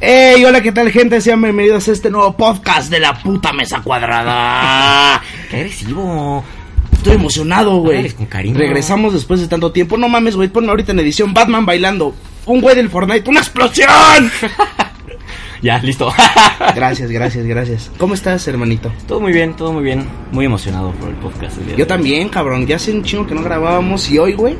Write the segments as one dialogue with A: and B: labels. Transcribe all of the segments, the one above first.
A: Hey, hola, ¿qué tal, gente? Sean bienvenidos a este nuevo podcast de la puta mesa cuadrada.
B: Qué agresivo.
A: Estoy emocionado, güey.
B: Háblales con cariño.
A: Regresamos después de tanto tiempo. No mames, güey. Ponme ahorita en edición Batman bailando. Un güey del Fortnite. ¡Una explosión!
B: Ya, listo.
A: Gracias, gracias, gracias. ¿Cómo estás, hermanito?
B: todo muy bien, todo muy bien. Muy emocionado por el podcast. del día de
A: Yo
B: hoy.
A: también, cabrón. Ya hace un chingo que no grabábamos. Y hoy, güey.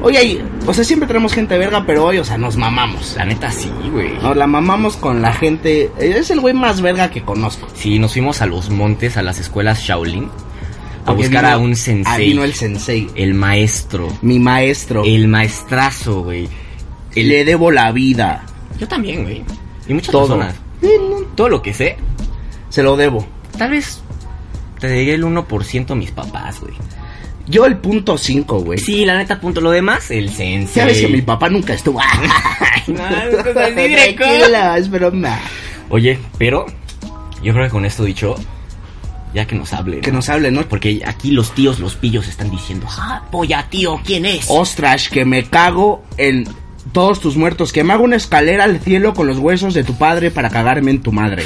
A: Hoy hay. O sea, siempre tenemos gente verga, pero hoy, o sea, nos mamamos.
B: La neta sí, güey.
A: Nos la mamamos con la gente. Es el güey más verga que conozco.
B: Sí, nos fuimos a los montes, a las escuelas Shaolin, a
A: Porque
B: buscar
A: vino-
B: a un
A: Ah,
B: sensei.
A: vino el sensei.
B: el maestro.
A: Mi maestro.
B: El maestrazo, güey. El-
A: Le debo la vida.
B: Yo también, güey. Y muchas
A: Todo.
B: personas. Todo lo que sé.
A: Se lo debo.
B: Tal vez te dediqué el 1% a mis papás, güey.
A: Yo el punto 5, güey.
B: Sí, la neta, punto. Lo demás, el sensei.
A: Sabes que mi papá nunca estuvo.
B: Ah, No, no seas así, directo.
A: Tranquila, es broma.
B: Oye, pero yo creo que con esto dicho, ya que nos hable.
A: Que
B: ¿no?
A: nos hable, ¿no?
B: Porque aquí los tíos, los pillos están diciendo, ah, polla, tío, ¿quién es?
A: Oh. Ostras, que me cago en todos tus muertos. Que me hago una escalera al cielo con los huesos de tu padre para cagarme en tu madre.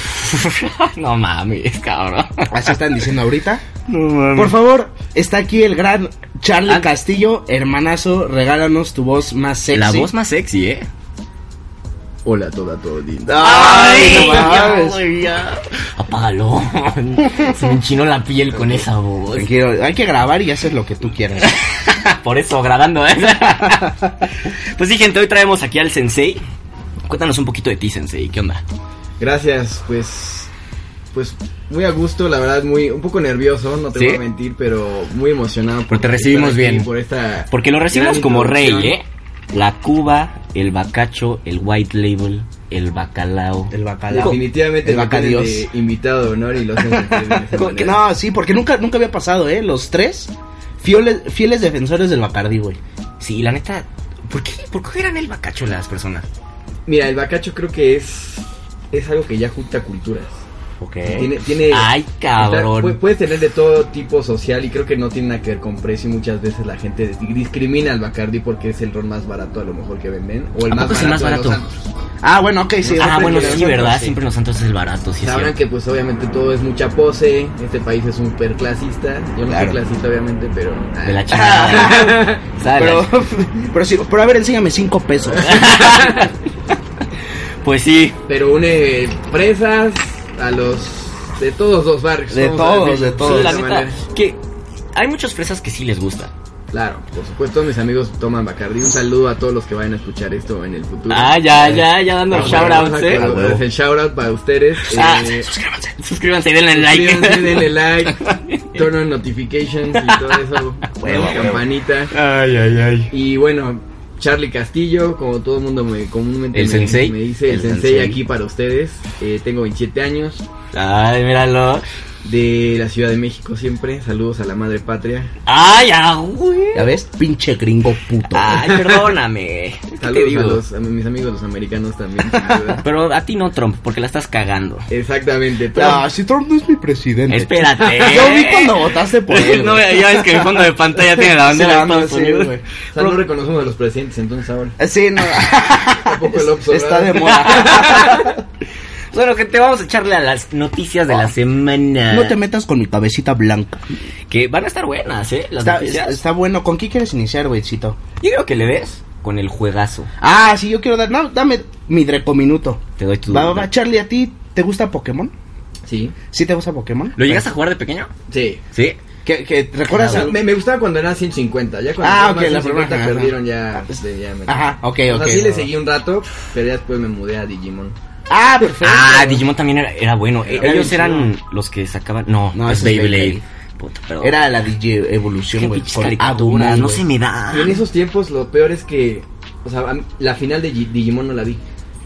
B: no mames, cabrón.
A: Así están diciendo ahorita.
B: No mames.
A: Por favor, está aquí el gran Charlie
B: Ah.
A: Castillo. Hermanazo, regálanos tu voz más sexy.
B: La voz más sexy, ¿eh?
C: Hola toda todo linda.
A: Ay, no
B: ya,
A: mames.
B: güey, ya. Apágalo. Se me enchinó la piel con esa voz.
A: Tranquilo, Pues, hay que grabar y haces lo que tú quieras.
B: Por eso, grabando, ¿eh? pues sí, gente, hoy traemos aquí al sensei. Cuéntanos un poquito de ti, sensei. ¿Qué onda?
C: Gracias, pues pues muy a gusto, la verdad, muy un poco nervioso, no te
B: ¿Sí?
C: voy a mentir, pero muy emocionado
B: Pero
C: por
B: te recibimos
C: estar aquí,
B: bien.
C: por esta
B: Porque lo recibimos
C: gran
B: como rey,
C: introducción.
B: ¿eh? La Cuba, el bacacho, el white label, el bacalao.
A: El bacalao.
C: Definitivamente
A: el
C: me tienen
A: bacadios.
C: de invitado de honor y lo hacen sentir bien de esa
A: Co- que-
C: manera.
A: No, sí, porque nunca, nunca había pasado, ¿eh? Los tres fieles, fieles defensores del Bacardi, güey.
B: Sí, la neta. ¿Por qué, ¿Por qué eran el bacacho las personas?
C: Mira, el bacacho creo que es es algo que ya junta culturas.
B: Ok.
C: Tiene, tiene
B: Ay,
C: está-
B: cabrón.
C: puede- puedes tener de todo tipo social y creo que no tiene nada que ver con precio y muchas veces la gente dis- discrimina al Bacardi porque es el ron más barato a lo mejor que venden o el
B: ¿A
C: más
B: poco es
C: barato,
B: el más
C: de los
B: barato?
C: antros.
A: Ah, bueno, ok, sí.
B: ah,
A: ok,
B: bueno,
A: que-
B: sí,
A: nosotros,
B: ¿verdad?
A: sí.
B: Siempre en los antros es el barato, sí, es
C: Sabrán
B: cierto.
C: que pues obviamente todo es mucha pose, este país es súper clasista, yo no
A: Claro.
C: soy clasista obviamente, pero... ah.
B: De la chingada. Sabe la
A: Pero, pero sí, pero a ver, enséñame cinco pesos.
B: Pues sí,
C: Pero une presas a los... de todos los barrios.
A: De
C: vamos a
A: todos,
C: decirlo
A: de todos.
B: sí, la
C: esa
B: neta.
C: manera.
B: Que hay muchos fresas que sí les gusta.
C: Claro, por supuesto mis amigos toman Bacardi. Un saludo a todos los que vayan a escuchar esto en el futuro.
B: Ah, ya, ya, ya dando
C: Ah, bueno,
B: shoutouts,
C: vamos a
B: ¿eh?
C: aclarar, es el shoutout para ustedes.
B: Ah,
C: eh,
B: suscríbanse. Suscríbanse y denle like.
C: suscríbanse, denle like, turn on notifications y todo eso.
B: Huevo,
C: la campanita.
B: Ay, ay, ay.
C: Y bueno, Charlie Castillo, como todo el mundo me comúnmente
B: El
C: me,
B: sensei.
C: me dice, el,
B: El
C: sensei,
B: sensei.
C: aquí para ustedes. Eh, tengo 27 años,
B: Ay, míralo.
C: de la Ciudad de México siempre. Saludos a la madre patria.
B: Ay, ah, güey.
A: ¿Ya ves? Pinche gringo puto.
B: Ay, perdóname. Es que te
C: Saludos a,
B: digo.
C: los- a mis amigos los americanos también. sin duda.
B: Pero a ti no, Trump, porque la estás cagando.
C: Exactamente.
A: Ah, si Trump no es mi presidente.
B: Espérate.
A: Yo vi cuando votaste por él.
B: no,
A: güey.
B: ya ves que el fondo de pantalla tiene la bandera
A: Sí,
B: de
A: la bandera,
B: Estados Unidos.
A: sí, güey.
C: O sea, no reconocemos a los presidentes entonces ahora.
A: Sí, no.
C: Tampoco el Oxxo,
A: Está
C: ¿verdad?
A: de moda.
B: Bueno, gente, vamos a echarle a las noticias de la semana.
A: Ah. No te metas con mi cabecita blanca.
B: Que van a estar buenas, ¿eh? Las
A: Está,
B: noticias.
A: está bueno. ¿Con qué quieres iniciar, güeycito?
B: Yo creo que le des con el juegazo.
A: Ah, sí, yo quiero dar. No, dame mi dreco minuto.
B: Te doy tu.
A: Va, va, va, Charlie, ¿a ti te gusta Pokémon?
C: Sí.
A: ¿Sí te gusta Pokémon?
B: ¿Lo llegas a jugar de pequeño?
C: Sí.
B: Sí.
A: ¿Que, que recuerdas
C: O sea,
A: algo?
C: me, me gustaba cuando eran 150, ya cuando
A: Ah,
C: eran
A: ok, la
C: más 150
A: primera, ajá.
C: perdieron ya, pues, de- ya me-
A: Ajá, ok,
C: O
A: ok.
C: sea, sí le seguí un rato, pero ya después me mudé a Digimon.
A: Ah, perfecto.
B: Ah, Digimon también era, era bueno. Eh,
C: Era
B: Ellos
C: bien
B: eran los que sacaban. No,
A: No,
B: no es
A: ese es
B: Beyblade.
A: Beyblade.
B: Puta, perdón.
A: Era la DJ
B: Qué
A: Evolución, güey.
B: pinches
A: con
B: caricaturas,
A: Agumon,
B: no
A: güey.
B: se me da.
C: Y en esos tiempos lo peor es que, o sea, a mí- la final de Gi- Digimon no la vi.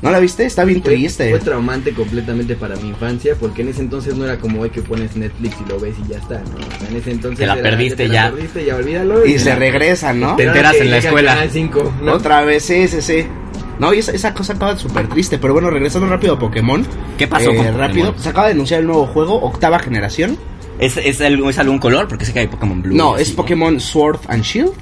A: ¿No la viste? Está bien
C: Fue,
A: triste.
C: fue traumante completamente para mi infancia, porque en ese entonces no era como hoy que pones Netflix y lo ves y ya está, ¿no? O sea, en ese entonces
B: Te la
C: era-
B: perdiste
C: te la
B: ya.
C: perdiste ya, olvídalo.
A: y se regresa, ¿no?
B: Te enteras en la escuela.
C: Canal 5, ¿no?
A: Otra vez, sí, sí, sí. No, y esa, esa cosa acaba súper triste. Pero bueno, regresando rápido a Pokémon.
B: ¿Qué pasó
A: Eh,
B: con Pokémon?
A: rápido. Se acaba de anunciar el nuevo juego, octava generación.
B: ¿Es, es, al- es algún color? Porque sé que hay Pokémon Blue.
A: no,
B: y
A: es
B: así,
A: Pokémon Sword and Shield.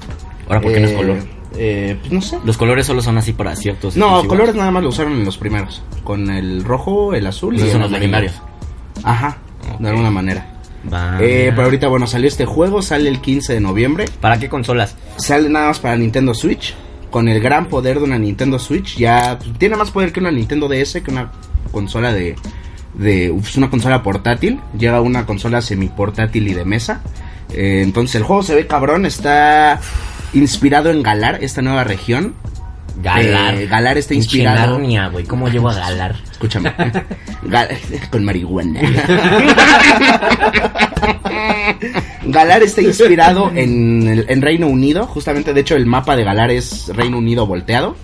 B: Ahora, ¿por qué no es
A: Eh,
B: color?
A: eh, pues no sé.
B: Los colores solo son así para ciertos.
A: No,
B: exclusivos.
A: colores nada más lo usaron en los primeros. Con el rojo, el azul
B: Pues Esos
A: y
B: son
A: el
B: los
A: amarillo.
B: legendarios. Ah,
A: Ajá, de alguna manera.
B: Va.
A: Eh, pero ahorita, bueno, salió este juego, sale el 15 de noviembre.
B: ¿Para qué consolas?
A: Sale nada más para Nintendo Switch. Con el gran poder de una Nintendo Switch, ya pues, tiene más poder que una Nintendo DS, que una consola de. de pues, una consola portátil. Llega una consola semiportátil y de mesa. Eh, entonces, el juego se ve cabrón, está inspirado en Galar, esta nueva región.
B: Galar.
A: Eh, Galar está
B: Pinche
A: inspirado.
B: Narnia, güey. ¿Cómo llevo a Galar?
A: Escúchame. Gal- con marihuana. Galar está inspirado en, el- en Reino Unido. Justamente, de hecho, el mapa de Galar es Reino Unido volteado.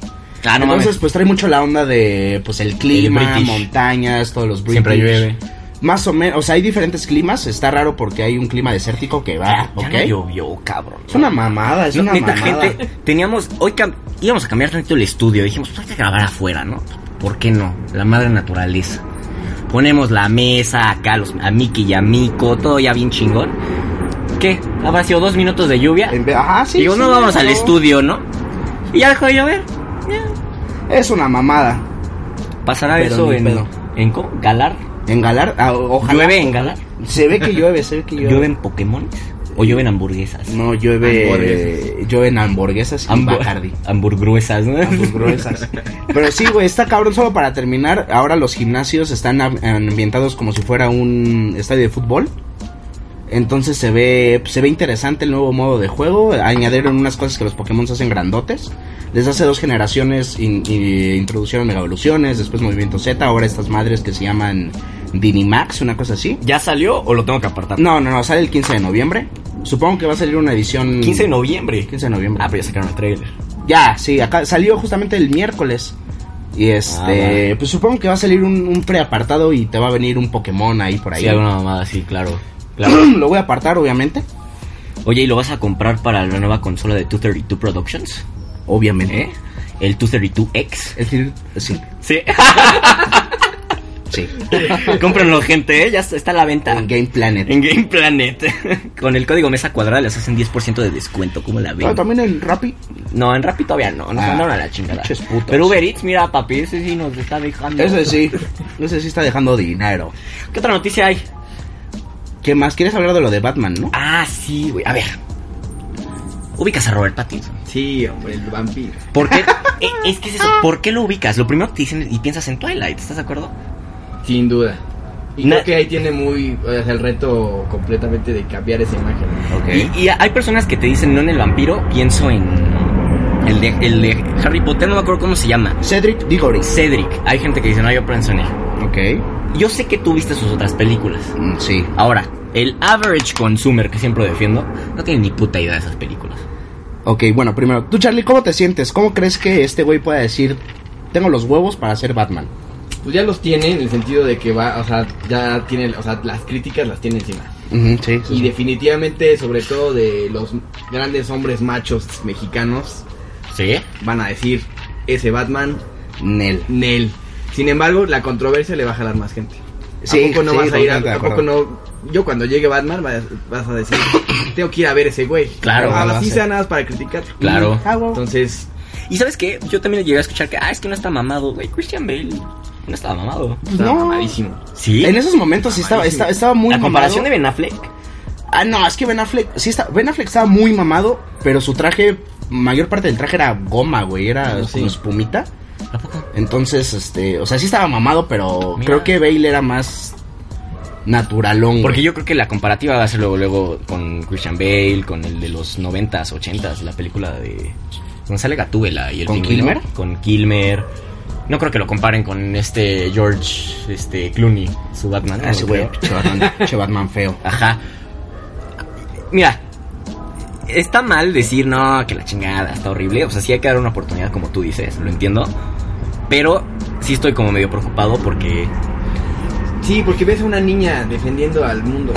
B: Ah, no
A: Entonces,
B: mames.
A: pues trae mucho la onda de pues el clima,
B: British.
A: montañas, todos los british.
B: Siempre llueve.
A: Más o menos, o sea, hay diferentes climas. Está raro porque hay un clima desértico que va,
B: Ah, Ya
A: ¿ok?
B: no llovió, cabrón.
A: es una mamada, es
B: No,
A: una
B: neta,
A: mamada.
B: gente, teníamos, hoy cam- íbamos a cambiar tantito el estudio, dijimos, pues hay que grabar afuera, ¿no? ¿Por qué no? La madre naturaleza. Ponemos la mesa acá, los, a Mickey y a Mico, todo ya bien chingón. ¿Qué? ¿Habrá sido dos minutos de lluvia?
A: En vez- Ajá, sí.
B: Digo,
A: sí,
B: no vamos al
A: no.
B: estudio, ¿no? Y ya dejó de llover. Ya.
A: Es una mamada.
B: ¿Pasará
A: Pero
B: eso
A: ni
B: en,
A: pedo.
B: en co- Galar?
A: En Galar, ah, ojalá.
B: ¿Llueve en Galar?
A: Se ve que llueve, se ve que llueve.
B: ¿Llueve en Pokémon? ¿O llueve en hamburguesas?
A: No, llueve.
C: Hamburguesas.
A: Llueve en hamburguesas y
B: Hambu-
A: Bacardi.
B: hamburguesas, ¿no?
A: Hamburguesas. Pero sí, güey, está cabrón. Solo para terminar, ahora los gimnasios están am- ambientados como si fuera un estadio de fútbol. Entonces se ve, se ve interesante el nuevo modo de juego. Añadieron unas cosas que los Pokémon hacen grandotes. Desde hace dos generaciones in- in- introducieron mega evoluciones, después Movimiento Z, ahora estas madres que se llaman Dinimax, una cosa así.
B: ¿Ya salió o lo tengo que apartar?
A: No, no, no, sale el 15 de noviembre. Supongo que va a salir una edición.
B: 15 de noviembre.
A: 15 de noviembre.
B: Ah, pero ya sacaron el trailer.
A: Ya, sí, acá salió justamente el miércoles. Y
B: Ah,
A: este, pues supongo que va a salir un, un preapartado y te va a venir un Pokémon ahí por ahí. Mm,
B: Sí, alguna mamada, sí, claro. claro.
A: Lo voy a apartar, obviamente.
B: Oye, ¿y lo vas a comprar para la nueva consola de 232 Productions?
A: Obviamente.
B: ¿Eh? El 232X.
A: Es decir, sí,
B: Sí.
A: sí.
B: Cómprenlo, gente, ¿eh? Ya está está a la venta.
A: En Game Planet.
B: En Game Planet. Con el código mesa cuadrada les hacen 10% de descuento. ¿Cómo la
A: Pero
B: ven?
A: Ah, también en Rappi.
B: No, en Rappi todavía no. Nos
A: Ah,
B: mandaron a la chingada.
A: pinches putos.
B: Pero Uber Eats, mira, papi, ese sí nos está dejando.
A: Ese sí. Ese sí está dejando dinero.
B: ¿Qué otra noticia hay?
A: ¿Qué más? ¿Quieres hablar de lo de Batman, no?
B: Ah, sí, güey. A ver. Ubicas a Robert Pattinson.
C: Sí, hombre, el vampiro.
B: ¿Por qué? Eh, es que es eso. ¿Por qué lo ubicas? Lo primero que te dicen y piensas en Twilight, ¿estás de acuerdo?
C: Sin duda. Y
B: Na-
C: creo que ahí tiene muy. O sea, el reto completamente de cambiar esa imagen.
A: Ok.
B: Y, y hay personas que te dicen no en el vampiro, pienso en el de, el de Harry Potter, no me acuerdo cómo se llama.
A: Cedric Diggory.
B: Cedric. Hay gente que dice, no, yo pienso en él.
A: Ok.
B: Yo sé que tú viste sus otras películas.
A: Mm, sí.
B: Ahora, el average consumer que siempre defiendo no tiene ni puta idea de esas películas.
A: Ok, bueno, primero, tú Charlie, ¿cómo te sientes? ¿Cómo crees que este güey pueda decir, tengo los huevos para ser Batman?
C: Pues ya los tiene en el sentido de que va. O sea, ya tiene. O sea, las críticas las tiene encima.
A: Ujú, sí, sí,
C: Y
A: sí.
C: definitivamente, sobre todo de los grandes hombres machos mexicanos,
B: ¿Sí?
C: van a decir: ese Batman,
A: Nel.
C: Nel. Sin embargo, la controversia le va a jalar más gente. ¿A
A: Sí,
C: poco no
A: sí,
C: vas a ir a,
A: totalmente de
C: ¿a poco no? Yo cuando llegue Batman vas, vas a decir, tengo que ir a ver ese güey.
B: Claro,
C: A
A: lo
C: las
A: hace.
C: sea nada más para Mm, criticarlo.
B: Claro.
A: Ah, huevo.
C: Entonces,
B: Y sabes qué? Yo también llegué a escuchar que, ah, es que no está mamado, güey. Christian Bale no estaba mamado.
C: está
A: No.
C: mamadísimo.
B: ¿Sí?
A: En esos momentos sí estaba,
C: Mamadísimo.
A: estaba, estaba muy
B: la comparación de
A: mamado.
B: Ben Affleck.
A: Ah, no, es que Ben Affleck, sí está, Ben Affleck estaba muy mamado, pero su traje, mayor parte del traje era goma, güey, era
C: Ah, Sí.
A: como espumita. Entonces, este, o sea, sí estaba mamado, pero
B: Mira.
A: creo que Bale era más naturalón.
B: Porque
A: güey.
B: yo creo que la comparativa va a ser luego, luego con Christian Bale, con el de los 90s, 80s, la película de. Donde sale Gatúbela y el
A: ¿Con
B: pingüino.
A: Kilmer?
B: Con Kilmer. No creo que lo comparen con este George este Clooney, su Batman.
A: Ah, ese
B: no
A: güey,
B: creo.
A: pinche Batman, pinche Batman feo.
B: Ajá. Mira, está mal decir, no, que la chingada está horrible. O sea, sí hay que dar una oportunidad, como tú dices, lo entiendo. Pero sí estoy como medio preocupado porque.
C: Sí, porque ves a una niña defendiendo al mundo.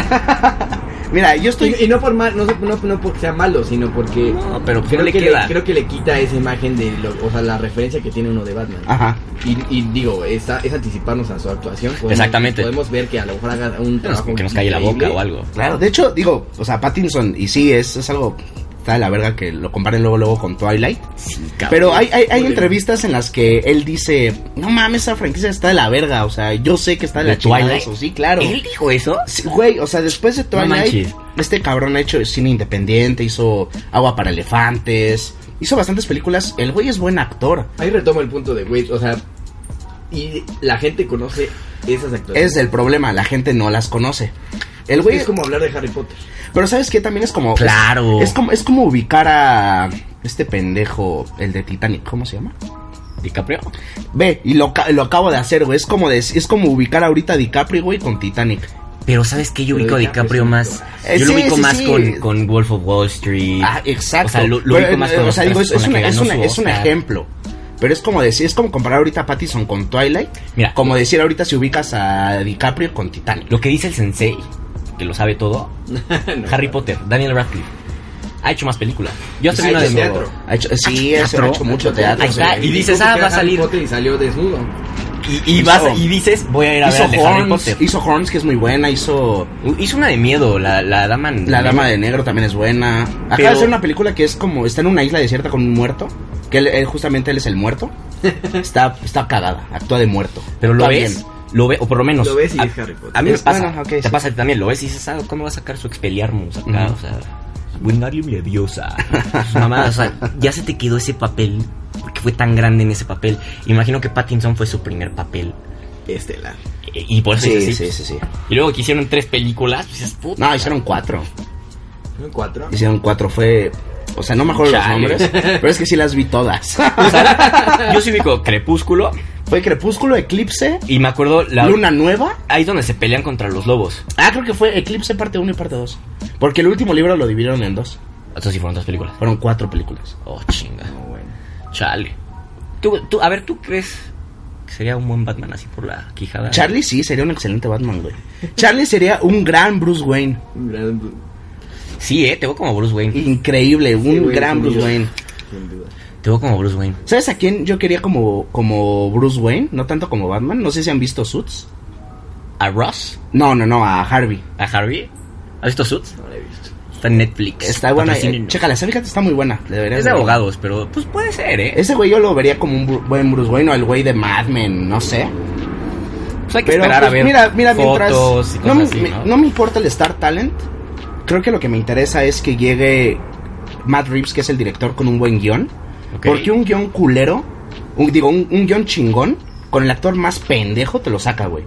A: Mira, yo estoy...
C: Y, y no por mal, no, no, no porque sea malo, sino porque
B: No, pero pues
C: creo,
B: no le
C: que
B: queda.
C: creo que le quita esa imagen de, lo- o sea, la referencia que tiene uno de Batman.
B: Ah.
A: Ajá.
C: Y, y digo, esa- es anticiparnos a su actuación. Podemos-
B: Exactamente.
C: Podemos ver que a lo mejor haga un trabajo
B: que nos calle la boca
C: increíble.
B: o algo.
A: Claro, de hecho, digo, o sea, Pattinson, y sí, es, es algo está de la verga que lo comparen luego luego con Twilight.
B: Sí, cabrón.
A: Pero hay, hay, hay
C: Muy
A: entrevistas en las que él dice, no mames, esa franquicia está de la verga, o sea, yo sé que está de
B: ¿De
A: la chingada
B: Twilight?
A: eso, sí, claro.
B: ¿Él dijo eso?
A: Sí, güey, o sea, después de Twilight,
B: manches.
A: este cabrón ha hecho cine independiente, hizo Agua para Elefantes, hizo bastantes películas, el güey es buen actor.
C: Ahí retomo el punto de, güey, o sea, y la gente conoce esas
A: Ese es
C: actuaciones.
A: el problema, la gente no las conoce. El güey
C: es como hablar de Harry Potter.
A: Pero ¿sabes qué? También es como...
B: Claro.
A: Es, como, es como ubicar a este pendejo, el de Titanic, ¿cómo se llama?
B: DiCaprio.
A: Ve, y lo, ca- lo acabo de hacer, güey. Es como, de- es como ubicar ahorita a DiCaprio, güey, con Titanic.
B: Pero ¿sabes qué? Yo
C: Pero
B: ubico a
C: DiCaprio
B: DiCaprio
C: es un
B: más.
A: Eh,
B: yo lo
A: sí,
B: ubico
A: sí,
B: más
A: sí.
B: Con, con Wolf of Wall Street.
A: Ah, exacto.
B: O sea, lo, lo
A: Pero,
B: ubico más
A: eh,
B: con
A: O sea, digo, es, es una-
B: una,
A: es una- es un ejemplo. Pero es como decir, es como comparar ahorita a Pattinson con Twilight.
B: Mira.
A: Como decir ahorita si ubicas a DiCaprio con Titanic.
B: Lo que dice el sensei, que lo sabe todo,
C: No.
B: Harry Potter, Daniel Radcliffe. Ha hecho más películas. Yo hasta
C: Ha
B: vi una de
C: hecho
B: mi-
C: teatro.
A: Ha hecho, sí,
B: Ah,
A: eso, ha
B: teatro.
A: hecho mucho teatro.
B: Ahí está,
A: sí.
B: y dices,
C: Dijo que
B: ah,
C: era
B: va a
C: Harry
B: salir.
C: Potter y salió desnudo.
B: Y, y vas, y dices, voy a ir a ver
A: Hizo
B: el de Harry
A: Horns,
B: Potter.
A: hizo Horns, que es muy buena, hizo...
B: Hizo una de miedo, la, la dama.
A: La Dama de Negro también es buena. Acaba
B: Pero-
A: de ser una película que es como... Está en una isla desierta con un muerto. Que él, él justamente él es el muerto. Está, está cagada. Actúa de muerto.
B: Pero lo
A: Actúa
B: ves,
A: bien.
B: lo ve, o por lo menos.
C: Lo ves y
B: a-
C: es Harry Potter.
B: A mí me
A: Es-
B: pasa.
A: bueno, ok,
B: te
A: sí.
B: pasa que también lo ves y dices, ah, ¿cómo va a sacar su expeliarmus acá?
A: Ujú.
B: O sea, Wingardium Leviosa. Sus mamadas, o sea, ya se te quedó ese papel. Porque fue tan grande en ese papel. Imagino que Pattinson fue su primer papel.
C: Estelar.
B: eh, Y por eso es
A: Sí,
B: así.
A: sí, sí, sí.
B: Y luego que hicieron tres películas, pues dices, puta.
A: No, hicieron cuatro.
C: ¿Fueron cuatro?
A: Hicieron cuatro. Fue... O sea, no me acuerdo los
B: Chale.
A: nombres. Pero es que sí las vi todas.
B: O sea, yo sí ubico Crepúsculo.
A: Fue Crepúsculo, Eclipse,
B: Y me acuerdo la.
A: Luna Nueva.
B: Ahí donde se pelean contra los lobos.
A: Ah, creo que fue Eclipse parte 1 y parte 2. Porque el último libro lo dividieron en dos.
B: Entonces sí fueron dos películas.
A: Fueron cuatro películas.
B: Oh, chinga.
C: No, bueno.
B: Chale. Tú, tú, a ver, ¿tú crees que sería un buen Batman así por la quijada?
A: Charlie sí, sería un excelente Batman, güey. Charlie sería un gran Bruce Wayne.
C: Un gran Bru-
B: Sí, eh, te veo como Bruce Wayne.
A: Increíble, un
C: Sí, güey,
A: gran
C: sin
A: Bruce
C: duda.
A: Wayne.
C: Sin duda.
B: Te veo como Bruce Wayne.
A: ¿Sabes a quién yo quería como, como Bruce Wayne? No tanto como Batman. No sé si han visto Suits.
B: ¿A Ross?
A: No, no, no, a Harvey.
B: ¿A Harvey? ¿Has visto Suits?
C: No la he visto.
B: Está en Netflix.
A: Está buena. Eh,
B: Patrocínenos.
A: chécala, esa fíjate, está muy buena. le deberías
B: Es de
A: ver.
B: abogados, pero pues puede ser, ¿eh?
A: Ese güey yo lo vería como un Bru- buen Bruce Wayne o el güey de Mad Men, no sé.
B: Pues hay que
A: Pero
B: esperar
A: pues,
B: a ver
A: mira, mira, mientras.
B: fotos y
A: no,
B: cosas
A: me,
B: así,
A: me-
B: ¿no?
A: no me importa el Star Talent. Creo que lo que me interesa es que llegue Matt Reeves, que es el director, con un buen guión.
B: Ok.
A: Porque un guión culero, un- digo, un, un guión chingón, con el actor más pendejo te lo saca, güey.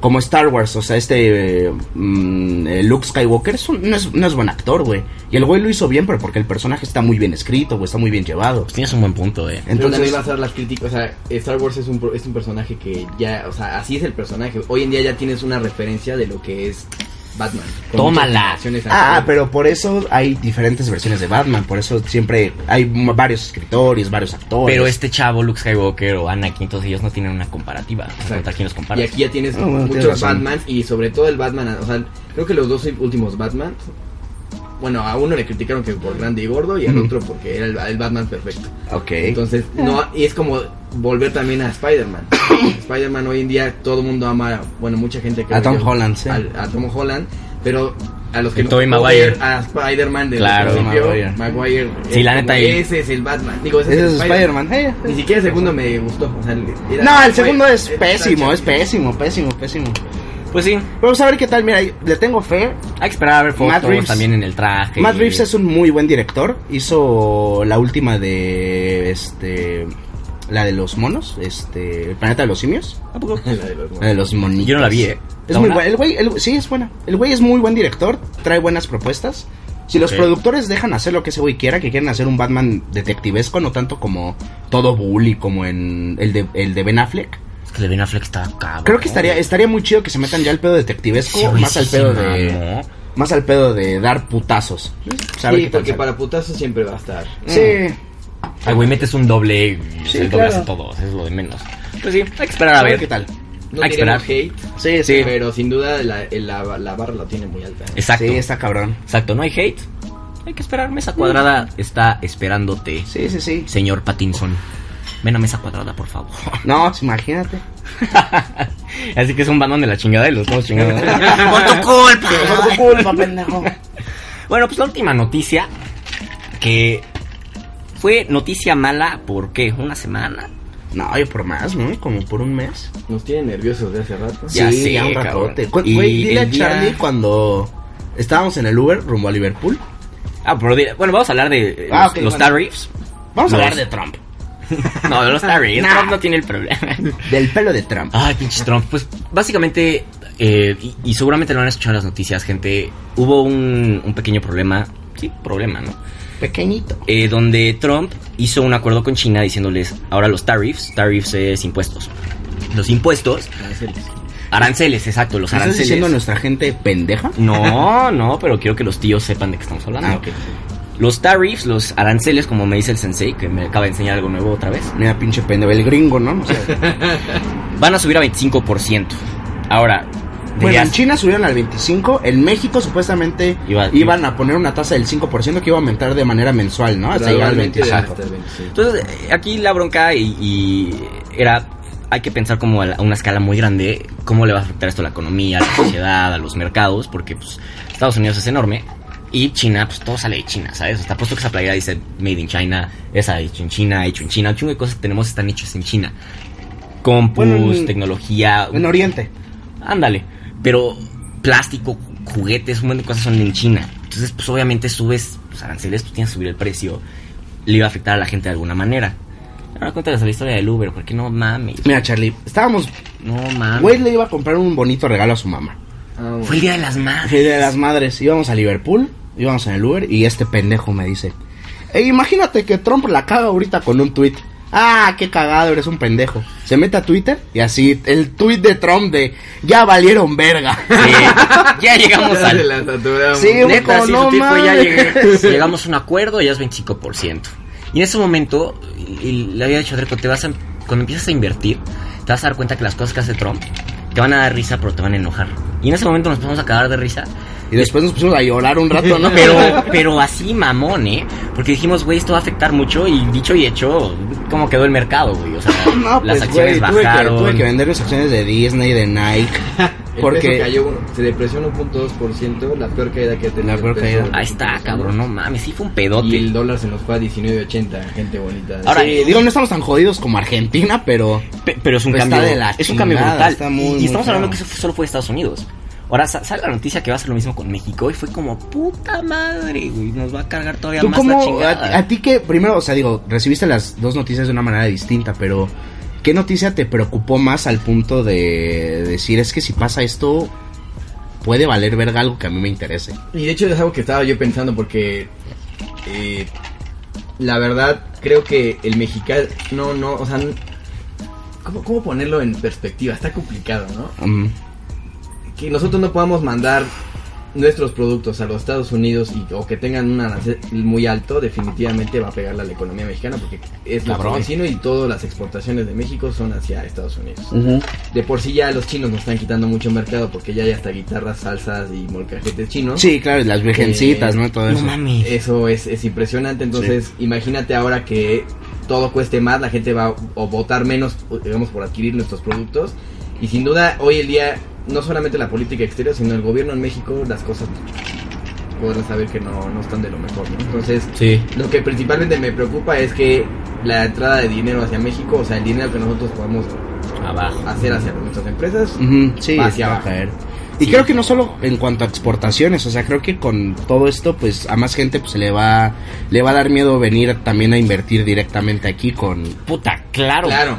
A: Como Star Wars, o sea, este eh, mm, eh, Luke Skywalker es un- no, es, no es buen actor, güey. Y el güey lo hizo bien, pero porque el personaje está muy bien escrito, güey, está muy bien llevado.
B: Pues tienes un buen punto, ¿eh?
C: Entonces,
A: Entonces,
C: vas a dar las críticas. O sea, Star Wars es un, pro- es un personaje que ya. O sea, así es el personaje. Hoy en día ya tienes una referencia de lo que es Batman. con
B: Tómala.
C: muchas generaciones
A: Ah,
C: anteriores.
A: pero por eso hay diferentes versiones de Batman. Por eso siempre hay m- varios escritores, varios actores.
B: Pero este chavo, Luke Skywalker o Anakin, todos ellos no tienen una comparativa.
C: Exacto.
B: Contra quién los
C: Y
B: compara.
C: aquí ya tienes
A: Ah, bueno,
C: muchos
A: tienes razón.
C: Batman y sobre todo el Batman, o sea, creo que los dos últimos Batman, bueno, a uno le criticaron que por grande y gordo y al
A: Ujú.
C: otro porque era el, el Batman perfecto.
A: Ok.
C: Entonces, no, y es como volver también a Spider-Man. Spider-Man hoy en día todo el mundo ama, bueno, mucha gente que
A: A Tom Holland, sí.
C: al- a Tom Holland, pero a los que
B: Y Tobey
C: pudo
B: Maguire.
C: ver a Spider-Man desde
B: Claro,
C: el principio,
A: Maguire.
C: Maguire,
B: Sí,
C: es
B: la
C: como,
B: neta, y-
C: ese es el Batman. Digo, ese,
A: Ese es Spider-Man. Eh,
C: Ni siquiera el segundo me gustó. o sea, era-
A: No, el
C: fue-
A: segundo es
C: era
A: pésimo, es
C: chafi.
A: pésimo, pésimo, pésimo.
B: Pues sí,
A: Vamos a ver qué tal, mira, le tengo fe.
B: hay que esperar a ver fotos
A: Matt Reeves.
B: también en el traje.
A: Matt Reeves es un muy buen director. Hizo la última de este la de los monos, este, el planeta de los simios,
B: ¿A poco?
C: La de los
A: la de los monitos.
B: Yo no la vi, ¿eh?
A: Es
B: ¿Está
A: muy
B: buena?
A: buena. El güey, el- sí, es buena. El güey es muy buen director, trae buenas propuestas. Si los
B: Ok.
A: productores dejan hacer lo que ese güey quiera, que quieren hacer un Batman detectivesco, no tanto como todo bully, como en el de, el de Ben Affleck.
B: Es que le ven a Fleck está cabrón.
A: Creo que estaría, estaría muy chido que se metan ya al pedo detectivesco,
B: Sí, güey,
A: más
B: sí,
A: al pedo
B: sí,
A: de.
B: mamó.
A: Más al pedo de dar putazos. ¿Sabe
C: Sí,
A: qué tal
C: porque
A: sale?
C: para putazos siempre va a estar.
A: Sí.
B: Ay, güey, metes un doble. y
A: Sí,
B: el doble
A: claro.
B: hace todo. eso Es lo de menos. Pues sí, hay que esperar a
A: A ver
B: ver.
A: qué tal.
C: No
B: Hay que esperar.
C: queremos hate,
A: Sí, sí.
C: pero sin duda la, la, la barra la tiene muy alta. ¿eh?
B: Exacto.
A: Sí, está cabrón.
B: Exacto, no hay hate. Hay que esperar. Mesa cuadrada está esperándote,
A: Sí, sí, sí.
B: señor Pattinson. Ven a mesa cuadrada, por favor.
A: No, pues, imagínate.
B: Así que es un bandón de la chingada y los dos chingados. ¡Por tu culpa!
A: Por tu culpa, pendejo.
B: Bueno, pues la última noticia que fue noticia mala por qué, una semana.
A: No, yo por más, ¿no? Como por un mes.
C: Nos tienen nerviosos de hace rato.
B: Ya
A: sí,
B: sé,
A: ya un
B: cabrón.
A: ratote. Cu-
B: Y
A: Güey, dile
B: el
A: a
B: día-
A: Charlie cuando estábamos en el Uber rumbo a Liverpool.
B: Ah, pero di- bueno, vamos a hablar de eh,
A: Ah,
B: los,
A: ok,
B: los
A: bueno.
B: tariffs.
A: Vamos a
B: Los-
A: hablar de Trump.
B: No, de los tariffs.
A: Nah.
B: Trump no tiene el problema.
A: Del pelo de Trump.
B: Ay, pinche Trump. Pues básicamente, eh, y, y seguramente lo han escuchado en las noticias, gente. Hubo un, un pequeño problema. Sí, problema, ¿no?
A: Pequeñito.
B: Eh, donde Trump hizo un acuerdo con China diciéndoles ahora los tariffs. Tariffs es impuestos. Los impuestos,
C: Canceles.
B: aranceles, exacto, los
A: ¿Estás diciendo a
B: aranceles.
A: nuestra gente pendeja?
B: No, no, pero quiero que los tíos sepan de qué estamos hablando.
A: Ah, ok.
B: Los tariffs, los aranceles, como me dice el sensei, que me acaba de enseñar algo nuevo otra vez,
A: Mira, pinche pendejo. El gringo, ¿no? O sea,
B: van a subir a 25%. Ahora,
A: bueno, en
B: dirías,
A: China subieron al 25. En México, supuestamente,
B: Iba-
A: iban a poner una tasa del 5% que iba a aumentar de manera mensual, ¿no? Hasta llegar al
C: Gradualmente
A: 25.
C: hasta el 25.
B: Entonces, eh, aquí la bronca y, y era, hay que pensar como a, la- a una escala muy grande, cómo le va a afectar esto a la economía, a la sociedad, a los mercados, porque pues, Estados Unidos es enorme y China, pues todo sale de China, ¿sabes? Está puesto que esa playera dice Made in China, esa hecho en China, hecho en China, un chingo de cosas que tenemos están hechas en China. Compus,
A: Bueno, en-
B: tecnología,
A: En Oriente.
B: Ándale. Pero plástico, juguetes, un montón de cosas son en China. Entonces, pues obviamente subes los aranceles, tú tienes que subir el precio. Le iba a afectar a la gente de alguna manera. Ahora cuéntales la historia del Uber, porque no mames.
A: Mira, Charlie, estábamos.
B: Ah, No mames.
A: Güey le iba a comprar un bonito regalo a su mamá.
C: Ah,
B: Fue el día de las
A: El
B: madres.
A: Día de las madres, íbamos a Liverpool, íbamos en el Uber y este pendejo me dice, "Ey, imagínate que Trump la caga ahorita con un tweet. Ah, qué cagado, eres un pendejo. Se mete a Twitter y así el tweet de Trump de ya valieron verga.
B: Sí. ya llegamos
C: bueno.
B: al.
C: La saturamos.
A: Sí, güey.
B: Neta,
A: como
B: sí,
A: no
B: su tweet fue, ya
A: mames.
B: llegué. Llegamos a un acuerdo, ya es 25%. Y en ese momento, y- y le había dicho a Dreco, te vas a, cuando empiezas a invertir, te vas a dar cuenta que las cosas que hace Trump te van a dar risa, pero te van a enojar. Y en ese momento nos vamos a acabar de risa.
A: Y después nos pusimos a llorar un rato, ¿no?
B: Pero, pero así mamón, ¿eh? Porque dijimos, güey, esto va a afectar mucho. Y dicho y hecho, ¿cómo quedó el mercado, güey? O sea,
A: No,
B: las
A: pues,
B: acciones
A: güey, tuve que-
B: bajaron.
A: Tuve que, vender mis acciones de Disney, de Nike.
C: El peso
A: Porque
C: cayó, uno- se depreció 1.2%, la peor caída que ha tenido.
A: La peor
C: el peso
A: caída.
C: en los
B: Ahí está,
C: últimos
B: cabrón, no
C: años.
B: mames, sí fue un
C: Y
B: pedote.
C: el dólar se nos fue a 19.80, gente bonita.
B: Ahora,
A: Sí, digo, no estamos tan jodidos como Argentina, pero...
B: Pe- pero es un
A: Pues está
B: cambio
A: de la
B: es un cambio
A: chingada,
B: brutal
A: está muy,
B: y, y
A: muy
B: estamos
A: feo.
B: hablando que eso fue- solo fue Estados Unidos ahora sa- sale la noticia que va a ser lo mismo con México y fue como puta madre güey nos va a cargar todavía
A: ¿Tú
B: más la
A: cómo,
B: chingada
A: a, a ti que, primero, o sea, digo, recibiste las dos noticias de una manera distinta, pero ¿qué noticia te preocupó más al punto de decir, es que si pasa esto, puede valer verga algo que a mí me interese?
C: Y de hecho es algo que estaba yo pensando porque eh, la verdad creo que el mexicano no, no, o sea, n- ¿cómo, ¿cómo ponerlo en perspectiva? Está complicado, ¿no?
A: Mm,
C: Que nosotros no podamos mandar nuestros productos a los Estados Unidos y, o que tengan un arancel muy alto definitivamente va a pegarle a la economía mexicana porque es nuestro
A: Cabrón.
C: vecino y todas las exportaciones de México son hacia Estados Unidos. De por sí ya los chinos nos están quitando mucho mercado porque ya hay hasta guitarras, salsas y molcajetes chinos.
A: Sí, claro, y las virgencitas, ¿no? Y Todo
B: no
A: eso.
B: mames
C: Eso es, es impresionante, entonces imagínate ahora que todo cueste más, la gente va a o votar menos, o, digamos, por adquirir nuestros productos. Y sin duda, hoy el día, no solamente la política exterior, sino el gobierno en México, las cosas podrán saber que no, no están de lo mejor, ¿no? Entonces,
B: sí
C: lo que principalmente me preocupa es que la entrada de dinero hacia México, o sea, el dinero que nosotros podamos
B: abajo
C: hacer hacia nuestras empresas,
A: Ujú, sí,
C: Va hacia
A: se va a
C: abajo.
A: caer. Y
C: Sí.
A: creo que no solo en cuanto a exportaciones, o sea, creo que con todo esto, pues a más gente pues, se le va, le va a dar miedo venir también a invertir directamente aquí con,
B: puta claro
C: claro,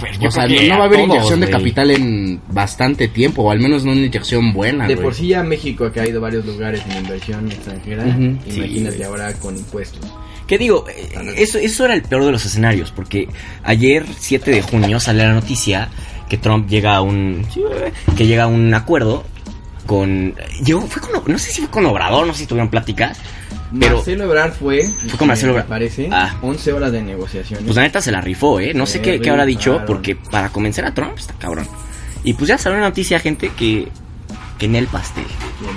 B: Pero yo
A: O sea,
B: creo
A: no,
B: que
A: no va a haber
B: todos,
A: inyección de
B: güey.
A: capital en bastante tiempo, o al menos no una inyección buena.
C: de
A: Ah, güey.
C: por sí ya México ha caído varios lugares en inversión extranjera,
A: Ujú.
B: Sí,
C: imagínate
B: güey.
C: ahora con impuestos.
B: ¿Qué digo? Eh, Eso, eso era el peor de los escenarios, porque ayer, 7 de junio, sale la noticia que Trump llega a un. que llega a un acuerdo con. eh, Llegó, fue con. No sé si fue con Obrador, no sé si tuvieron pláticas. Pero-
C: Marcelo Ebrard fue,
B: Fue con Marcelo
C: me
B: Ebrard.
C: parece,
B: Ah.
C: 11 horas de negociaciones.
B: Pues la neta se la rifó, ¿eh? No sé
C: Eh,
B: qué, qué habrá
C: güey,
B: dicho,
C: claro.
B: porque para convencer a Trump está cabrón. Y pues ya salió la noticia, gente, que. que en el pastel.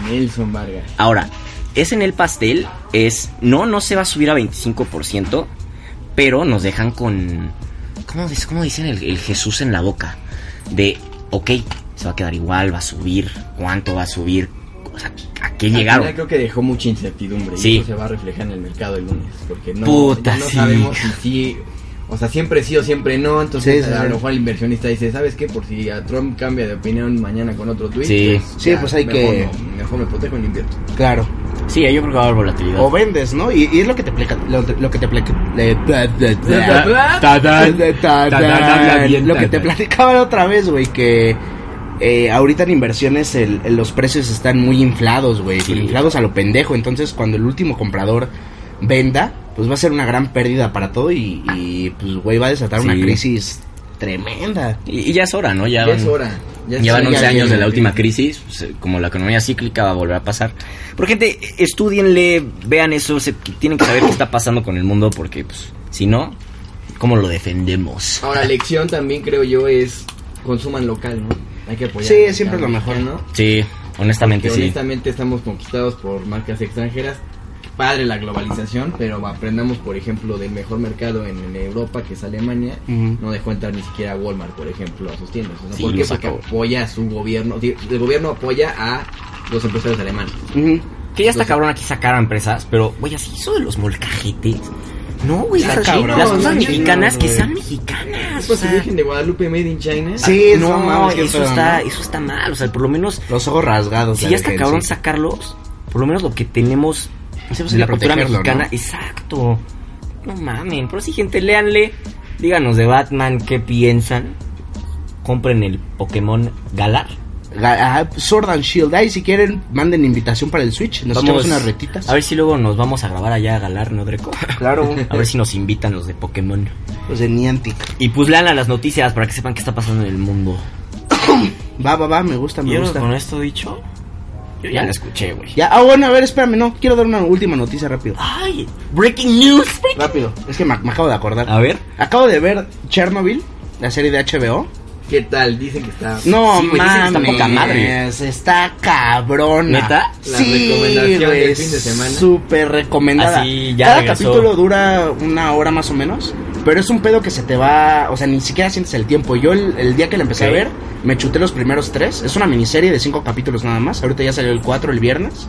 C: de Nelson Vargas.
B: Ahora, es en el pastel, es. No, no se va a subir a 25%, pero nos dejan con. ¿Cómo, dice- cómo dicen el, el Jesús en la boca? De, ok, se va a quedar igual, va a subir, cuánto va a subir, o sea, ¿a qué
C: Al
B: llegaron.
C: final creo que dejó mucha incertidumbre
B: Sí.
C: y eso se va a reflejar en el mercado el lunes, porque no,
B: Puta,
C: ya no
B: sí.
C: sabemos si sí, o sea, siempre sí o siempre no, entonces
A: Sí, sí,
C: a
A: sí.
C: lo mejor el inversionista dice, ¿sabes qué? Por si a Trump cambia de opinión mañana con otro tweet.
B: Sí.
A: Sí, pues hay
C: mejor
A: que-
C: no, mejor me protejo y no invierto.
A: Claro.
B: Sí, yo creo que va a haber volatilidad.
A: O vendes, ¿no? Y, y es lo que te pleca, lo, lo que te pleca, le- bla, bla, bla. Lo que te platicaba la otra vez, güey, que eh, ahorita en inversiones el- el- los precios están muy inflados, güey,
B: Sí.
A: pero inflados a lo pendejo. Entonces, cuando el último comprador venda, pues va a ser una gran pérdida para todo y, y, pues, güey, va a desatar una
B: Sí.
A: crisis tremenda.
B: Y, y ya es hora, ¿no? Ya,
C: Ya,
B: van-
C: es hora. Ya es
B: Llevan
C: hora.
B: 11
A: ya
B: años
A: viene,
B: de la
A: sí.
B: última crisis, pues, como la economía cíclica va a volver a pasar. Por gente, estudienle, vean eso, se, tienen que saber qué está pasando con el mundo porque, pues, si no, ¿cómo lo defendemos?
C: Ahora, lección también creo yo es consuman local, ¿no? Hay que apoyar.
A: Sí,
C: al
A: siempre es lo
C: mercado
A: mejor.
C: mexicano,
B: Sí, honestamente
C: Que
B: sí.
C: honestamente estamos conquistados por marcas extranjeras. Padre la globalización, pero aprendamos, por ejemplo, del mejor mercado en, en Europa, que es Alemania.
A: Ujú.
C: No dejó entrar ni siquiera a Walmart, por ejemplo, a sus tiendas. O sea,
B: Sí,
C: ¿Por
B: lo
C: qué? Porque
B: sacó.
C: apoya a su gobierno. digo, El gobierno apoya a los empresarios alemanes.
A: Ujú.
B: Que ya está cabrón aquí sacar a empresas, pero, güey, así hizo de los molcajetes. No, güey,
A: Está
B: las,
A: cabrón,
B: las cosas
C: está
B: mexicanas
A: chido,
B: que
A: güey.
B: sean mexicanas. o
C: Pues
B: sea,
C: el Virgen de Guadalupe Made in China.
A: Sí,
B: no,
A: no mames, qué
B: eso,
A: pedo,
B: está,
A: ¿no?
B: eso está mal. O sea, por lo menos,
A: Los ojos rasgados.
B: si
A: la
B: ya está
A: verga,
B: cabrón
A: sí.
B: sacarlos, por lo menos lo que tenemos
A: Hacemos
B: de
A: el
B: la cultura
A: protegerlo, ¿no?
B: mexicana. Exacto. No mamen. Por sí, gente, léanle. Díganos de Batman qué piensan. Compren el Pokémon Galar.
A: Ga- ah, Sword and Shield. Ahí, si quieren, manden invitación para el Switch. Nos echamos unas retitas.
B: A ver si luego nos vamos a grabar allá a Galar, ¿no, Dreco?
A: Claro.
B: A ver si nos invitan los de Pokémon.
A: Pues de Niantic.
B: Y pues lean a las noticias para que sepan qué está pasando en el mundo.
A: Va, va, va, me gusta, me
B: Yo creo que con
A: gusta.
B: esto dicho, yo ya la escuché, güey.
A: Ya, ah, bueno, a ver, espérame, no, quiero dar una última noticia rápido.
B: ¡Ay! ¡Breaking news!
A: Rápido, es que me, me acabo de acordar.
B: A ver.
A: Acabo de ver Chernobyl, la serie de HBO.
C: ¿Qué tal? Dicen que está...
A: No,
B: Sí, güey, dicen que
A: mames,
B: está poca madre.
A: Está cabrona.
B: ¿Neta?
C: La
A: sí,
C: recomendación
A: güey,
C: del fin de semana.
A: Súper recomendada.
B: Así Ah, ya
A: Cada
B: regresó.
A: capítulo dura una hora más o menos. Pero es un pedo que se te va. O sea, ni siquiera sientes el tiempo. Yo el, el día que la empecé
B: Ok.
A: a ver, me chuté los primeros tres. Es una miniserie de cinco capítulos nada más. Ahorita ya salió el cuatro el viernes.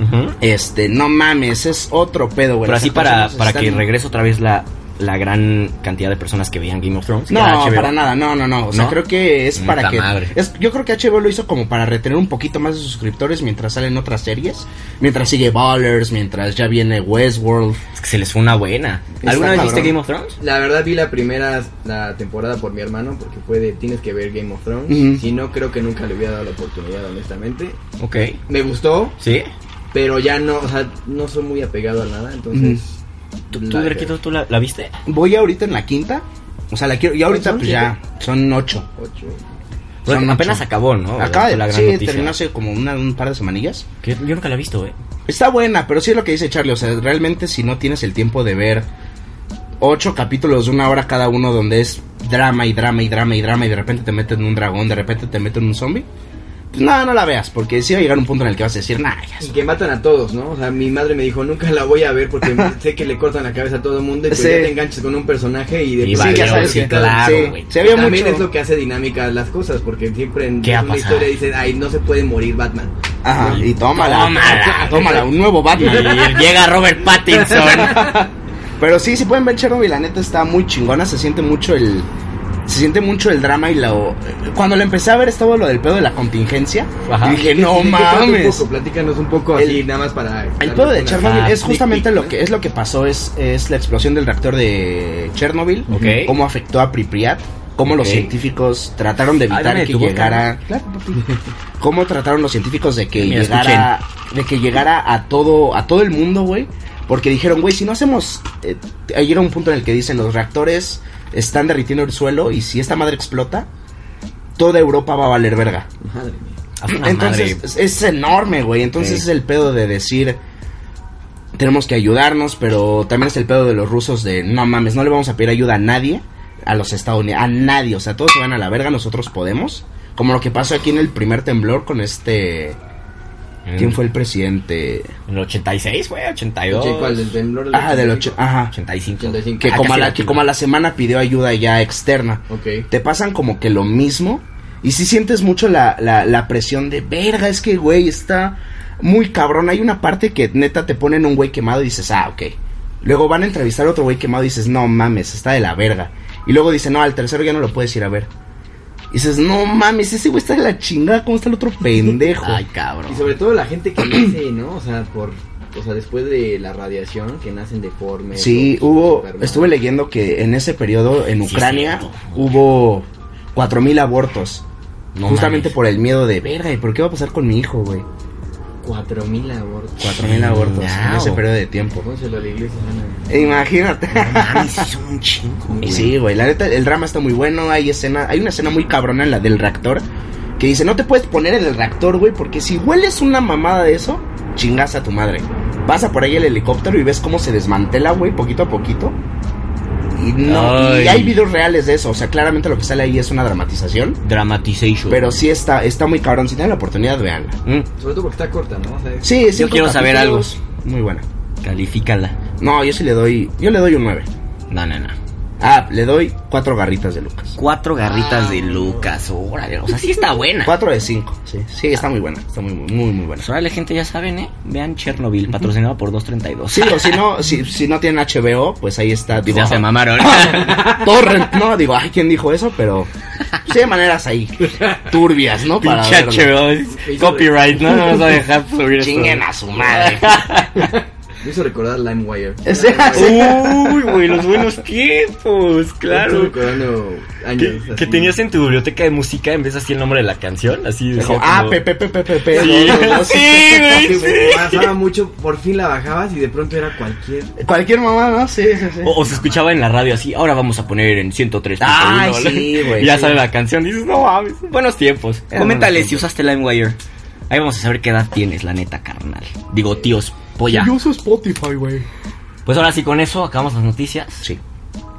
B: Ujú.
A: Este, no mames, es otro pedo, güey.
B: Pero así
A: Esas
B: para,
A: cosas
B: para
A: están-
B: que regrese otra vez la, la gran cantidad de personas que veían Game of Thrones. que era
A: No,
B: HBO.
A: para nada, no, no, no. O sea,
B: ¿No?
A: creo que es para
B: Puta
A: que.
B: madre.
A: es- yo creo que HBO lo hizo como para retener un poquito más de suscriptores mientras salen otras series. Mientras sigue Ballers, mientras ya viene Westworld.
B: Es que se les fue una buena.
A: Está
B: ¿Alguna vez viste
A: cabrón.
B: Game of Thrones?
C: La verdad vi la primera la temporada por mi hermano porque fue de tienes que ver Game of Thrones.
A: Ujú.
C: Si no creo que nunca le hubiera dado la oportunidad honestamente.
B: Ok.
C: Me gustó,
B: ¿Sí?
C: pero ya no, o sea, no soy muy apegado a nada, entonces. pues,
B: ¿Tú,
C: la
B: tú,
C: que-
B: Grequito, tú la, la viste?
A: Voy ahorita en la quinta. O sea, la quiero. Y ahorita,
C: ¿Son
A: pues ya, son ocho.
C: Ocho.
A: Son
B: Bueno, apenas
A: ocho.
B: acabó, ¿no?
A: Acaba de
B: Fue
A: la
B: Oh, gran
A: Sí,
B: noticia.
A: terminó hace como una- un par de semanillas.
B: Que yo nunca la he visto, eh.
A: Está buena, pero sí es lo que dice Charlie. O sea, realmente si no tienes el tiempo de ver ocho capítulos de una hora cada uno donde es drama y drama y drama y drama y de repente te meten un dragón, de repente te meten un zombie, pues nada, no la veas, porque sí va a llegar un punto en el que vas a decir, nah, ya
C: Y
A: es-".
C: que matan a todos, ¿no? O sea, mi madre me dijo, nunca la voy a ver porque sé que le cortan la cabeza a todo el mundo y pues
A: Sí.
C: ya te enganchas con un personaje y de
B: Y
C: por sí
B: valió,
C: ya sabes
B: sí,
C: que está-
B: claro,
A: sí,
B: güey.
A: se había
C: También
A: mucho-
C: es lo que hace dinámica las cosas, porque siempre en
B: ¿Qué va a
C: una
B: pasar?
C: historia dicen, ay, no se puede morir Batman.
A: Ajá, y tómala,
B: Tómala.
A: tómala, un nuevo
B: Y
A: Batman.
B: llega Robert Pattinson.
A: Pero sí, si pueden ver Chernobyl, la neta está muy chingona, se siente mucho el... Se siente mucho el drama y la... Cuando la empecé a ver estaba lo del pedo de la contingencia.
B: Ajá.
A: Y dije, no
C: Sí, que cuente
A: mames.
C: Un poco, platícanos un poco
A: El-
C: así, nada más para...
A: El pedo de Chernobyl
B: Ajá.
A: es justamente lo que es lo que pasó es es la explosión del reactor de Chernobyl,
B: Ok.
A: cómo afectó a Pripyat, cómo los
B: Ok.
A: científicos trataron de evitar
B: Háblame de
A: que
B: tu boca.
A: llegara, cómo trataron los científicos de que
B: Mira,
A: llegara de que llegara a todo a todo el mundo, güey, porque dijeron, güey, si no hacemos eh, ahí llega un punto en el que dicen los reactores están derritiendo el suelo y si esta madre explota toda Europa va a valer verga.
C: Madre mía.
B: A una
A: Entonces,
B: madre.
A: es, es enorme, güey. Entonces
B: Sí.
A: es el pedo de decir. Tenemos que ayudarnos, pero también es el pedo de los rusos de no mames, no le vamos a pedir ayuda a nadie, a los estadounidenses, a nadie, o sea, todos se van a la verga, nosotros podemos. Como lo que pasó aquí en el primer temblor con este. ¿Quién fue el presidente?
B: En el 86, güey, 82.
C: Oye, ¿cuál? ¿Del temblor? del
A: Ajá, Ah, del ocho,
C: 85?
A: ajá.
B: 85.
C: 85.
A: Que
B: Ah,
A: como, a
B: casi
A: la,
B: la
A: que
B: tuve.
A: como a la semana pidió ayuda ya externa.
C: Ok.
A: te pasan como que lo mismo. Y si sientes mucho la, la, la presión de verga, es que, güey, está. muy cabrón. Hay una parte que neta te ponen un güey quemado y dices, ah, ok. Luego van a entrevistar a otro güey quemado y dices, no mames, está de la verga. Y luego dicen, no, al tercero ya no lo puedes ir a ver. Y dices, no mames, ese güey está de la chingada, ¿cómo está el otro pendejo?
B: Ay, cabrón.
C: Y sobre todo la gente que nace, ¿no? O sea, por. O sea, después de la radiación, que nacen deformes.
A: Sí,
C: o-
A: hubo,
C: enferman.
A: estuve leyendo que en ese periodo en
B: Sí,
A: Ucrania
B: cierto.
A: hubo 4000 abortos.
B: No
A: justamente
B: mames.
A: por el miedo de, verga, ¿y por qué va a pasar con mi hijo, güey?
C: 4000 abortos.
B: Mm,
A: 4000 abortos en
B: Chingao.
A: ese periodo de tiempo.
C: Pónselo a la iglesia, Ana.
A: Imagínate.
B: No mames, sí son un chingo, güey.
A: pues Sí, güey, la neta, el drama está muy bueno, hay escena, hay una escena muy cabrona en la del reactor, que dice, no te puedes poner en el reactor, güey, porque si hueles una mamada de eso, chingas a tu madre. Pasa por ahí el helicóptero y ves cómo se desmantela, güey, poquito a poquito. Y no, y
B: Ay.
A: hay videos reales de eso, o sea, claramente lo que sale ahí es una dramatización,
B: Dramatization.
A: pero sí está, está muy cabrón, si tienen la oportunidad, veanla.
B: Mm,
C: Sobre todo porque está corta, ¿no? O sea, es-
A: Sí, sí.
B: quiero saber algo.
A: Muy buena.
B: califícala.
A: No, yo sí le doy, yo le doy un 9.
B: No, no, no.
A: Ah, le doy cuatro garritas de Lucas.
B: Cuatro garritas de Lucas, órale. O sea, sí está buena.
A: Cuatro de cinco, sí. Sí, está muy buena. Está muy, muy, muy, muy buena.
B: Pues órale, gente, ya saben, ¿eh? Vean Chernobyl, patrocinado por 232.
A: Sí, o si no, si, si no tienen HBO, pues ahí está. Digo,
B: Ya se mamaron.
A: Torrent. No, digo, ay, ¿quién dijo eso? Pero sí hay maneras ahí turbias, ¿no? Para
B: Pinche
A: verlo.
B: HBO, Copyright, ¿no? No vas a dejar subir esto.
A: Chinguen a su madre.
C: Me hizo recordar LimeWire.
A: Sí, Uh, sí.
B: Uy, güey, los buenos tiempos,
C: Estoy
B: claro.
C: recordando
B: Que,
C: años.
B: que
C: así.
B: tenías en tu biblioteca de música en vez de así el nombre de la canción, así decía
A: Dijo, ah,
B: como-
A: Pepe, Pepe, Pepe.
B: Sí,
A: no, no, no,
B: sí, güey, sí.
C: Que Pasaba mucho, por fin la bajabas y de pronto era cualquier.
A: Cualquier mamá, ¿no? Sí, sí, sí.
B: O, o se escuchaba en la radio así, ahora vamos a poner en 103.
A: Ay, sí, güey,
B: Ya
A: sí.
B: sale la canción, dices, no mames, buenos tiempos.
A: Eran
B: Coméntale
A: buenos
B: si usaste LimeWire. Ahí vamos a saber qué edad tienes, la neta, carnal. Digo, tíos, polla.
A: uso Spotify, güey.
B: Pues ahora sí, con eso acabamos las noticias.
A: Sí.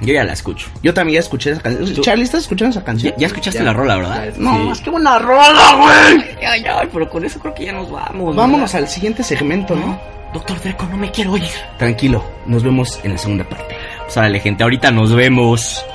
B: Yo ya la escucho.
A: Yo también ya escuché esa canción.
B: Tú-
A: Charlie, ¿estás escuchando esa canción?
B: Ya, ya escuchaste
C: Ya.
B: la rola, ¿verdad?
C: Ya,
A: No,
C: Sí.
A: es que buena rola, güey.
B: Ay, ay, ay, pero con eso creo que ya nos vamos.
A: Vámonos
B: ¿verdad?
A: al siguiente segmento, ¿no?
B: Doctor Dreco, no me quiero ir.
A: Tranquilo, nos vemos en la segunda parte.
B: Pues órale, gente, ahorita nos vemos.